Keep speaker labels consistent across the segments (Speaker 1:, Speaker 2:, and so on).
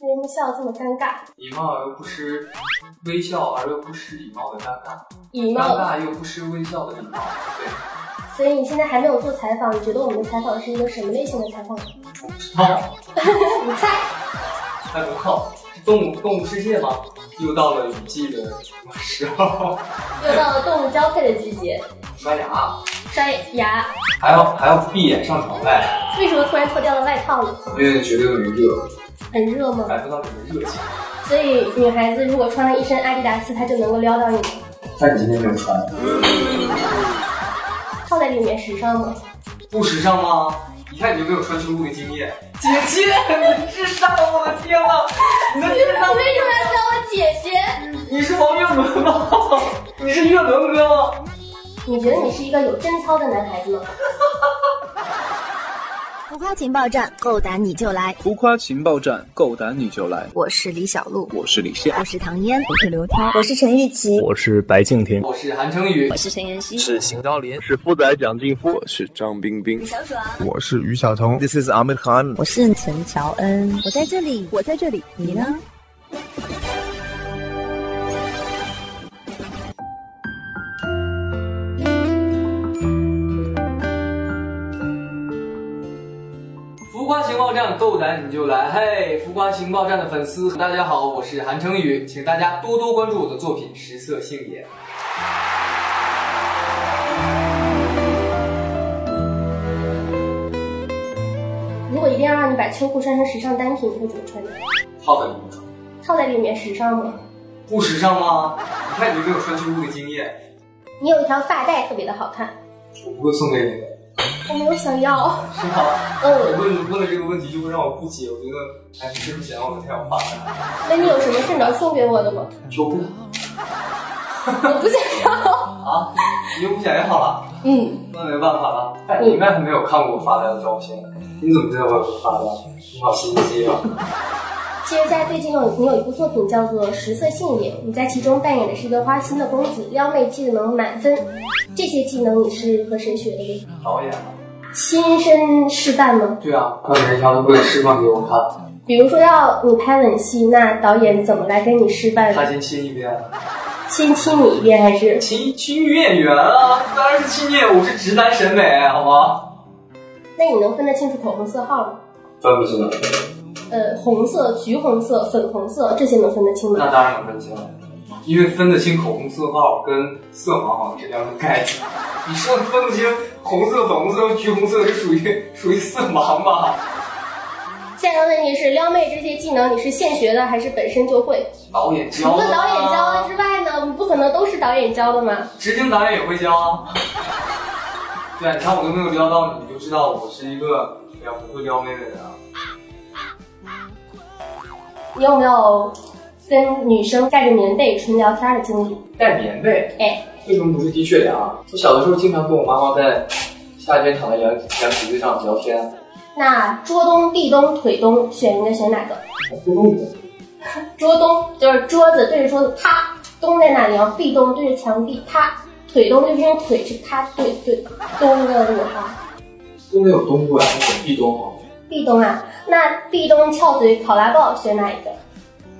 Speaker 1: 微笑这么尴尬？
Speaker 2: 礼貌而又不失微笑而又不失礼貌的尴尬，
Speaker 1: 礼
Speaker 2: 尴
Speaker 1: 貌。
Speaker 2: 尬又不失微笑的礼貌。对，
Speaker 1: 所以你现在还没有做采访，你觉得我们的采访是一个什么类型的采访？
Speaker 2: 我不知道，
Speaker 1: 你猜？
Speaker 2: 还不靠动物动物世界吗？又到了雨季的时候，
Speaker 1: 又到了动物交配的季节，
Speaker 2: 刷牙，
Speaker 1: 刷牙。
Speaker 2: 还要还要闭眼上床呗，
Speaker 1: 为什么突然脱掉了外套呢？
Speaker 2: 因为觉得有点热，
Speaker 1: 很热吗？
Speaker 2: 感受到你的热情。
Speaker 1: 所以女孩子如果穿了一身阿迪达斯，她就能够撩到你吗。
Speaker 2: 但你今天没有穿，
Speaker 1: 放在里面时尚吗？
Speaker 2: 不时尚吗？一看你就没有穿秋裤的经验。姐姐，你智商，我的天呐，你的智商，
Speaker 1: 为什么要叫我姐姐？
Speaker 2: 你是王岳伦吗？你是岳伦哥吗？
Speaker 1: 你觉得你是一个有贞操的男孩子吗？
Speaker 3: 浮夸情报站，够胆你就来！
Speaker 4: 浮夸情报站，够胆你就来！
Speaker 3: 我是李小璐，
Speaker 4: 我是李现，
Speaker 3: 我是唐嫣，我是刘涛，
Speaker 5: 我是陈玉琪，
Speaker 6: 我是白敬亭，
Speaker 2: 我是韩成宇
Speaker 3: 我，是陈妍希，
Speaker 6: 是邢昭林，是
Speaker 4: 我是张冰冰。
Speaker 3: 小爽，
Speaker 7: 我是于晓彤，This is Amir Khan。
Speaker 5: 我是陈乔恩。
Speaker 3: 我在这里，我在这里，你呢？
Speaker 2: 浮夸情报站，够胆你就来！嘿，浮夸情报站的粉丝，大家好，我是韩成宇，请大家多多关注我的作品《食色性也》。
Speaker 1: 如果一定要让你把秋裤穿成时尚单品，你会怎么穿呢？
Speaker 2: 好的，你们说
Speaker 1: 套在里面时尚吗？
Speaker 2: 不时尚吗？你看你就没有穿秋裤的经验，
Speaker 1: 你有一条发带特别的好看，
Speaker 2: 我不会送给你的，
Speaker 1: 我没有想要。
Speaker 2: 是吗？
Speaker 1: 嗯，
Speaker 2: 我问问了这个问题就会让我不解，我觉得还是真不想要我才要发的，
Speaker 1: 那你有什么是能送给我的吗？
Speaker 2: 有病
Speaker 1: 我不想要。
Speaker 2: 啊！你又不想要了，
Speaker 1: 嗯，
Speaker 2: 那没办法了。但你应该还没有看过我发呆的照片，你怎么知道我有发呆？你好心机啊！
Speaker 1: 其实，在最近有你有一部作品叫做《食色性也》，你在其中扮演的是一个花心的公子，撩妹技能满分。这些技能你是和谁学的呢？
Speaker 2: 导演啊，
Speaker 1: 亲身示范吗？
Speaker 2: 对啊，关门条会示范给我看。
Speaker 1: 比如说要你拍吻戏，那导演怎么来给你示范？
Speaker 2: 他先亲一遍，
Speaker 1: 先亲你一遍还是？
Speaker 2: 亲亲女演员啊，当然是亲你，我是直男审美，好吗？
Speaker 1: 那你能分得清楚口红色号吗？
Speaker 2: 分不清了，
Speaker 1: 呃，红色、橘红色、粉红色这些能分得清吗？
Speaker 2: 那当然能分清了，因为分得清口红色号跟色盲好像是两种概念。你说分不清红色、粉红色、橘红色是属于属于色盲吧？
Speaker 1: 下一个问题是，撩妹这些技能你是现学的还是本身就会？
Speaker 2: 导演
Speaker 1: 除
Speaker 2: 教啊的，
Speaker 1: 了导演教的，之外呢，我们不可能都是导演教的嘛。
Speaker 2: 执行导演也会教啊。对啊，你看我都没有撩到你，你就知道我是一个比较不会撩妹的人啊。
Speaker 1: 你有没有跟女生盖着棉被纯聊天的经历？
Speaker 2: 带棉被，
Speaker 1: 哎，
Speaker 2: 为什么不是的确凉啊？我小的时候经常跟我妈妈在夏天躺在凉凉席子上聊天，
Speaker 1: 那桌东、壁咚、腿咚，选一个选哪个？
Speaker 2: 互动的。
Speaker 1: 桌东就是桌子对着桌子啪咚在那里，然后壁咚对着墙壁啪，腿咚就是用腿去啪对对咚的那个哈。
Speaker 2: 都没有冬过呀，我选壁咚好。
Speaker 1: 壁咚啊，那壁咚翘嘴考拉抱选哪一个？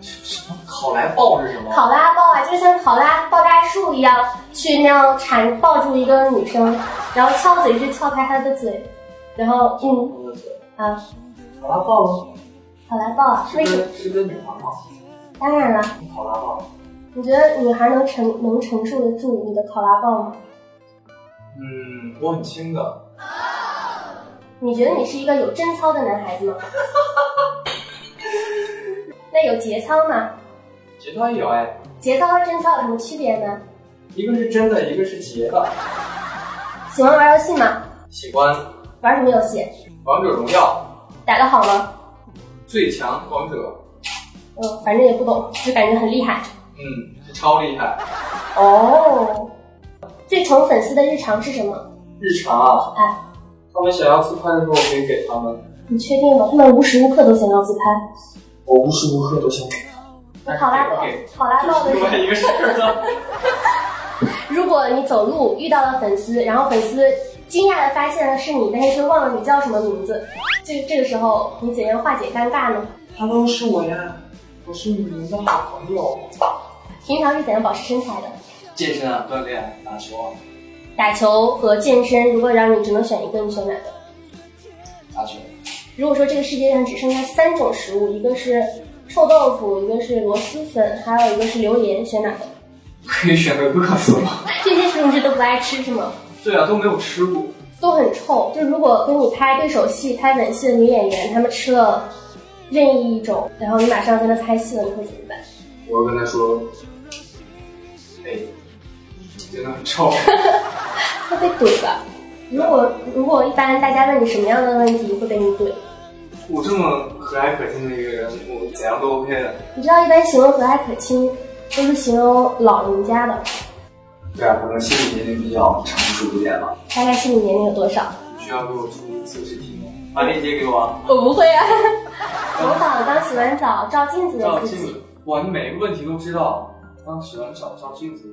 Speaker 2: 什么烤来爆是什么？
Speaker 1: 考拉抱啊，就是像考拉抱大树一样，去那样缠抱住一个女生，然后翘嘴是翘开她的嘴，然后嗯啊，
Speaker 2: 烤拉爆吗？
Speaker 1: 考拉抱啊，
Speaker 2: 是
Speaker 1: 为什么？
Speaker 2: 跟是跟女孩吗？
Speaker 1: 当然了，
Speaker 2: 烤拉爆。
Speaker 1: 你觉得女孩能承能承受得住你的考拉抱吗？
Speaker 2: 嗯，我很轻的。
Speaker 1: 你觉得你是一个有贞操的男孩子吗？那有节操吗？
Speaker 2: 节操也有哎，
Speaker 1: 节操和贞操有什么区别呢？
Speaker 2: 一个是真的，一个是结的。
Speaker 1: 喜欢玩游戏吗？
Speaker 2: 喜欢
Speaker 1: 玩什么游戏？
Speaker 2: 王者荣耀，
Speaker 1: 打得好吗？
Speaker 2: 最强王者。
Speaker 1: 嗯，反正也不懂，就感觉很厉害。
Speaker 2: 嗯，超厉害。
Speaker 1: 哦，最宠粉丝的日常是什么？
Speaker 2: 日常啊，
Speaker 1: 哎，
Speaker 2: 他们想要自拍的时候，我可以给他们。
Speaker 1: 你确定吗？他们无时无刻都想要自拍。
Speaker 2: 我无时无刻都想
Speaker 1: 那考拉抱，考拉抱的
Speaker 2: 另外
Speaker 1: 是，
Speaker 2: 一个事儿了。
Speaker 1: 如果你走路遇到了粉丝，然后粉丝惊讶的发现了是你，但是却忘了你叫什么名字，这这个时候你怎样化解尴尬呢？
Speaker 2: Hello，是我呀。我是你们的好朋友。
Speaker 1: 平常是怎样保持身材的？
Speaker 8: 健身啊，锻炼啊，打球啊，
Speaker 1: 打球和健身，如果让你只能选一个，你选哪个？
Speaker 8: 打球。
Speaker 1: 如果说这个世界上只剩下三种食物，一个是臭豆腐，一个是螺蛳粉，还有一个是榴莲，选哪个？
Speaker 2: 可以选择饿死吗？
Speaker 1: 这些食物是都不爱吃是吗？
Speaker 2: 对啊，都没有吃过。
Speaker 1: 都很臭。就如果跟你拍对手戏、拍吻戏的女演员，她们吃了任意一种，然后你马上跟她拍戏了，你会怎么办？
Speaker 2: 我跟他说，哎，真的很 臭。
Speaker 1: 会被怼吧？如果如果一般大家问你什么样的问题会被你怼？
Speaker 2: 我这么和蔼可亲的一个人，我怎样都 OK 的。
Speaker 1: 你知道，一般形容和蔼可亲都是形容老人家的，
Speaker 8: 对啊，可能心理年龄比较成熟一点吧。
Speaker 1: 大概心理年龄有多少？
Speaker 2: 你需要给我出测试题吗？
Speaker 8: 把链接给我啊。
Speaker 1: 我不会啊。模仿刚洗完澡照镜子的
Speaker 2: 照
Speaker 1: 自
Speaker 2: 镜
Speaker 1: 己
Speaker 2: 子，，哇，你每个问题都知道。刚洗完澡照镜子，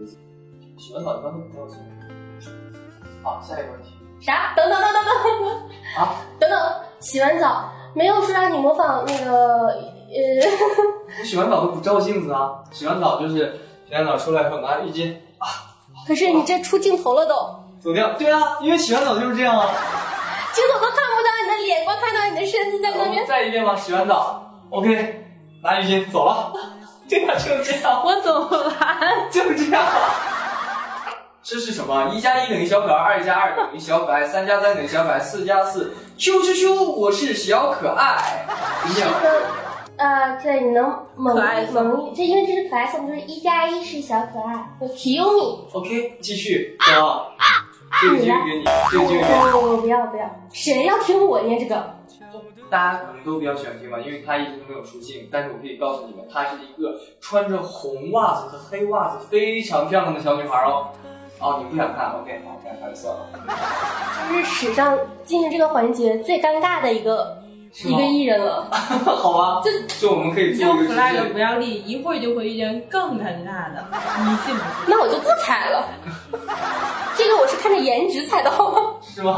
Speaker 2: 洗完澡一般都不照镜子。好，下一个问题
Speaker 1: 啥？等等等等等等。
Speaker 2: 啊，
Speaker 1: 等等，洗完澡没有说让你模仿那个呃，
Speaker 2: 我洗完澡都不照镜子啊，洗完澡就是洗完澡出来以后拿浴巾
Speaker 1: 可是你这出镜头了都，
Speaker 2: 走掉。对啊，因为洗完澡就是这样啊。
Speaker 1: 镜头都看不到你的脸，光看到你的身子在
Speaker 2: 我
Speaker 1: 那
Speaker 2: 们
Speaker 1: 边。
Speaker 2: 再一遍吧，洗完澡，OK，拿浴巾走了。对啊，就是 这样，
Speaker 1: 我怎么办？
Speaker 2: 就是这样。这是什么？一加一等于小可爱，二加二等于小可爱，三加三等于小可爱，四加四，咻咻咻，我是小可爱。你想，
Speaker 1: 呃，对，你能猛
Speaker 9: 可爱吗
Speaker 1: 猛一，这因为这是可爱项目，就是一加一是小可爱，有提优米。
Speaker 2: OK，继续，走啊。这个机会给你，这个机会给你。
Speaker 1: 哦，不要不要，谁要听我念这个？
Speaker 2: 大家可能都比较喜欢听吧，因为他一直都没有出镜。但是我可以告诉你们，她是一个穿着红袜子和黑袜子非常漂亮的小女孩哦。哦，你不想看？OK，好，不想看就算了。
Speaker 1: 这是史上进行这个环节最尴尬的一个
Speaker 2: 是
Speaker 1: 一
Speaker 2: 吗
Speaker 1: 个艺人了。
Speaker 2: 好吧，就我们可以做
Speaker 9: 就
Speaker 2: 一个
Speaker 9: flag
Speaker 2: 直
Speaker 9: 不
Speaker 2: 接。
Speaker 9: 要立，一会儿就会遇见更尴尬的，你信不信？
Speaker 1: 那我就不猜了，这个我是看着颜值猜到的。
Speaker 2: 是吗？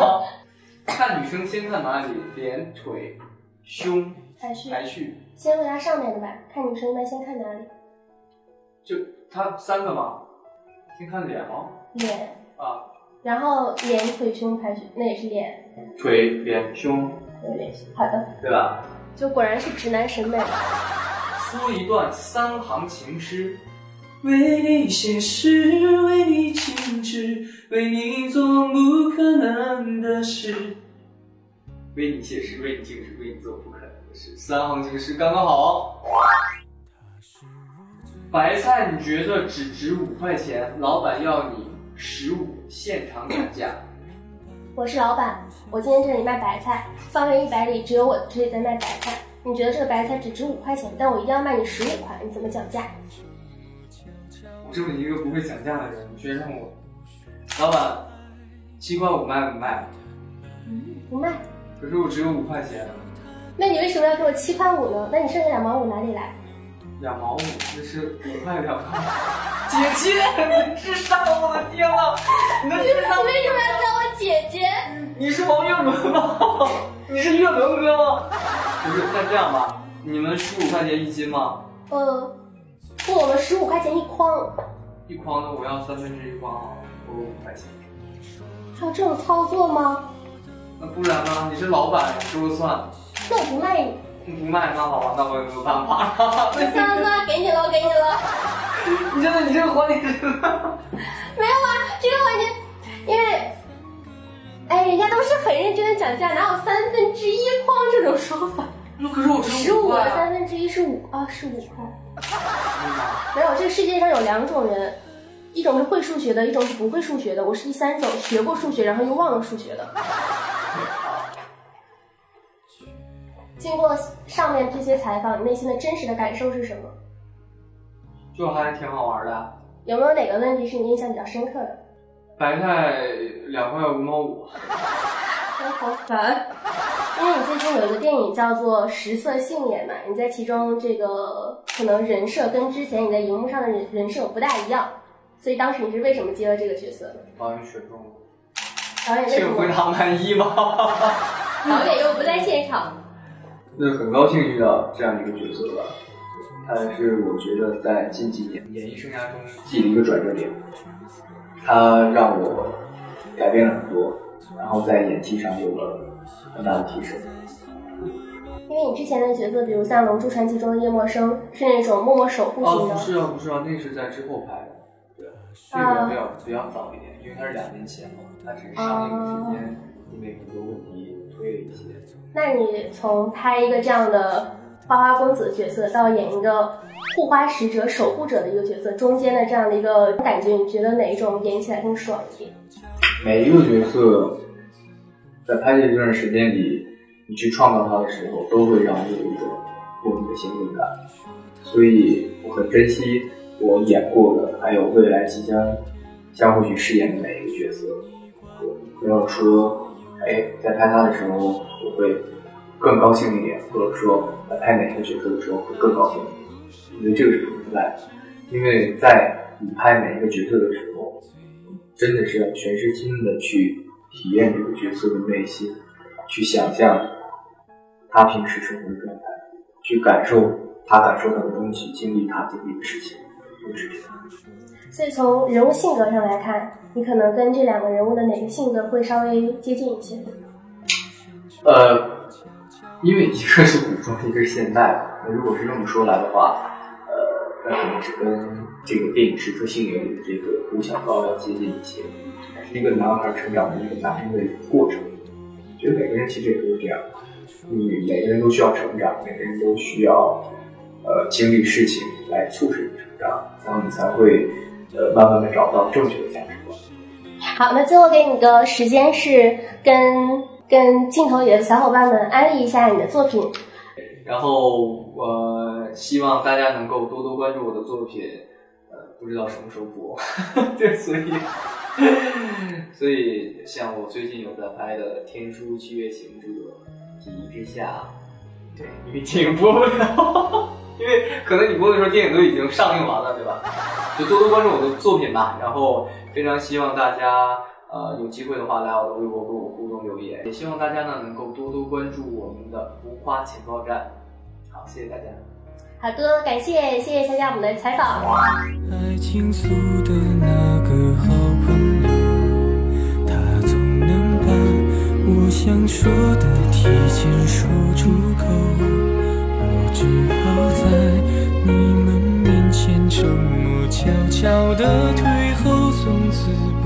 Speaker 2: 看女生先看哪里？脸、腿、胸、
Speaker 1: 还是
Speaker 2: 排序，
Speaker 1: 先回答上面的吧，看女生一般先看哪里？
Speaker 2: 就她三个嘛。先看脸吗？
Speaker 1: 脸，
Speaker 2: 啊，
Speaker 1: 然后脸、腿、胸排序，那也是脸，
Speaker 2: 腿、脸、胸，
Speaker 1: 有脸胸。好的，
Speaker 2: 对吧？
Speaker 1: 就果然是直男审美。
Speaker 2: 说一段三行情诗。为你写诗，为你静止，为你做不可能的事。为你写诗，为你静止，为你做不可能的事。三行情诗刚刚好。白菜，你觉得只值五块钱，老板要你十五，现场砍价。
Speaker 1: 我是老板，我今天这里卖白菜，方圆一百里只有我这里在卖白菜。你觉得这个白菜只值五块钱，但我一定要卖你十五块，你怎么讲价？
Speaker 2: 我这么一个不会讲价的人，你居然让我，老板，七块五卖不卖？
Speaker 1: 不卖。
Speaker 2: 可是我只有五块钱，
Speaker 1: 那你为什么要给我七块五呢？那你剩下两毛五哪里来？
Speaker 2: 两毛五，这是五块两毛。姐姐，你智商，我的天呐，你的智商，
Speaker 1: 为什么要叫我姐姐？
Speaker 2: 你是王岳伦吗？你是岳伦哥吗？不是，那这样吧，你们十五块钱一斤吗？
Speaker 1: 呃，不，我们十五块钱一筐。
Speaker 2: 一筐的我要三分之一筐啊，我五块钱。
Speaker 1: 还有这种操作吗？
Speaker 2: 那不然呢？你是老板，你说了算。
Speaker 1: 那我不卖你。
Speaker 2: 你不卖那好吧，那我也没有办法了。
Speaker 1: 算了算了，给你了，给你了。
Speaker 2: 你真的，你这个环节真的。
Speaker 1: 没有啊，这个环节，因为，哎，人家都是很认真的讲价，哪有三分之一框这种说法？
Speaker 2: 可是我只
Speaker 1: 十
Speaker 2: 有五
Speaker 1: 五
Speaker 2: 块
Speaker 1: 的
Speaker 2: 啊。
Speaker 1: 三分之一是五啊，是五块。没有，这个世界上有两种人，一种是会数学的，一种是不会数学的。我是第三种，学过数学，然后又忘了数学的。经过上面这些采访，你内心的真实的感受是什么？
Speaker 2: 就还挺好玩的。
Speaker 1: 有没有哪个问题是你印象比较深刻的？
Speaker 2: 白菜两块五毛五，啊
Speaker 1: 我好烦。因为你最近有一个电影叫做《食色性也》嘛，你在其中这个可能人设跟之前你在荧幕上的人人设不大一样，所以当时你是为什么接了这个角色？
Speaker 2: 导演选中了。
Speaker 1: 导演为
Speaker 2: 这
Speaker 1: 什
Speaker 2: 个回
Speaker 1: 么？
Speaker 2: 答满意吗？
Speaker 1: 导演又不在现场，
Speaker 2: 那很高兴遇到这样一个角色吧。
Speaker 8: 但是我觉得在近几年
Speaker 2: 演艺生涯中，
Speaker 8: 记了一个转折点，它让我改变了很多，然后在演技上有了很大的提升。
Speaker 1: 因为你之前的角色，比如像《龙珠传奇》中的叶默生，是那种默默守护型
Speaker 2: 哦，
Speaker 1: 的。
Speaker 2: 不是啊，不是啊，那是在之后拍的，对，这个比较比较早一点，因为它是两年前嘛，它只是上映的时间因为很多问题推了一些。
Speaker 1: 那你从拍一个这样的花花公子的角色，到演一个护花使者、守护者的一个角色，中间的这样的一个感觉，你觉得哪一种演起来更爽一点？
Speaker 8: 每一个角色在拍这段时间里，你去创造它的时候，都会让你有一种莫名的兴奋感。所以我很珍惜我演过的，还有未来即将将会去饰演的每一个角色。我没有说，哎，在拍他的时候我会更高兴一点，或者说在拍哪个角色的时候会更高兴一点。我觉得这个是不存在的，因为在你拍每一个角色的时候，真的是要全身心的去体验这个角色的内心，去想象他平时生活的状态，去感受他感受到的东西，经历他经历的事情，这个是这样。
Speaker 1: 所以从人物性格上来看，你可能跟这两个人物的哪个性格会稍微接近一些？
Speaker 8: 呃，因为一个是古装，一个是现代，那如果是这么说来的话，呃，那可能是跟这个电影《十色性缘》里的这个胡小高要接近一些，还是一个男孩成长的一个男生的一个过程。我觉得每个人其实也都是这样，你每个人都需要成长，每个人都需要呃经历事情来促使你成长，然后你才会呃慢慢的找到正确的价值观。
Speaker 1: 好，那最后给你个时间是跟跟镜头里的小伙伴们安利一下你的作品。
Speaker 2: 然后呃，希望大家能够多多关注我的作品，呃，不知道什么时候播， 对，所以所以像我最近有在拍的《天书七月行者》《锦衣之下》，对，因为电影播不了，因为可能你播的时候电影都已经上映完了，对吧？就多多关注我的作品吧，然后非常希望大家。呃，有机会的话来我的微博跟我互动留言，也希望大家呢能够多多关注我们的浮夸情报站。好，谢谢大家。
Speaker 1: 好的，感谢谢谢参加我们的采访。
Speaker 10: 爱情诉的那个好朋友，他总能把我想说的提前说出口。我只好在你们面前沉默，悄悄地退后，从此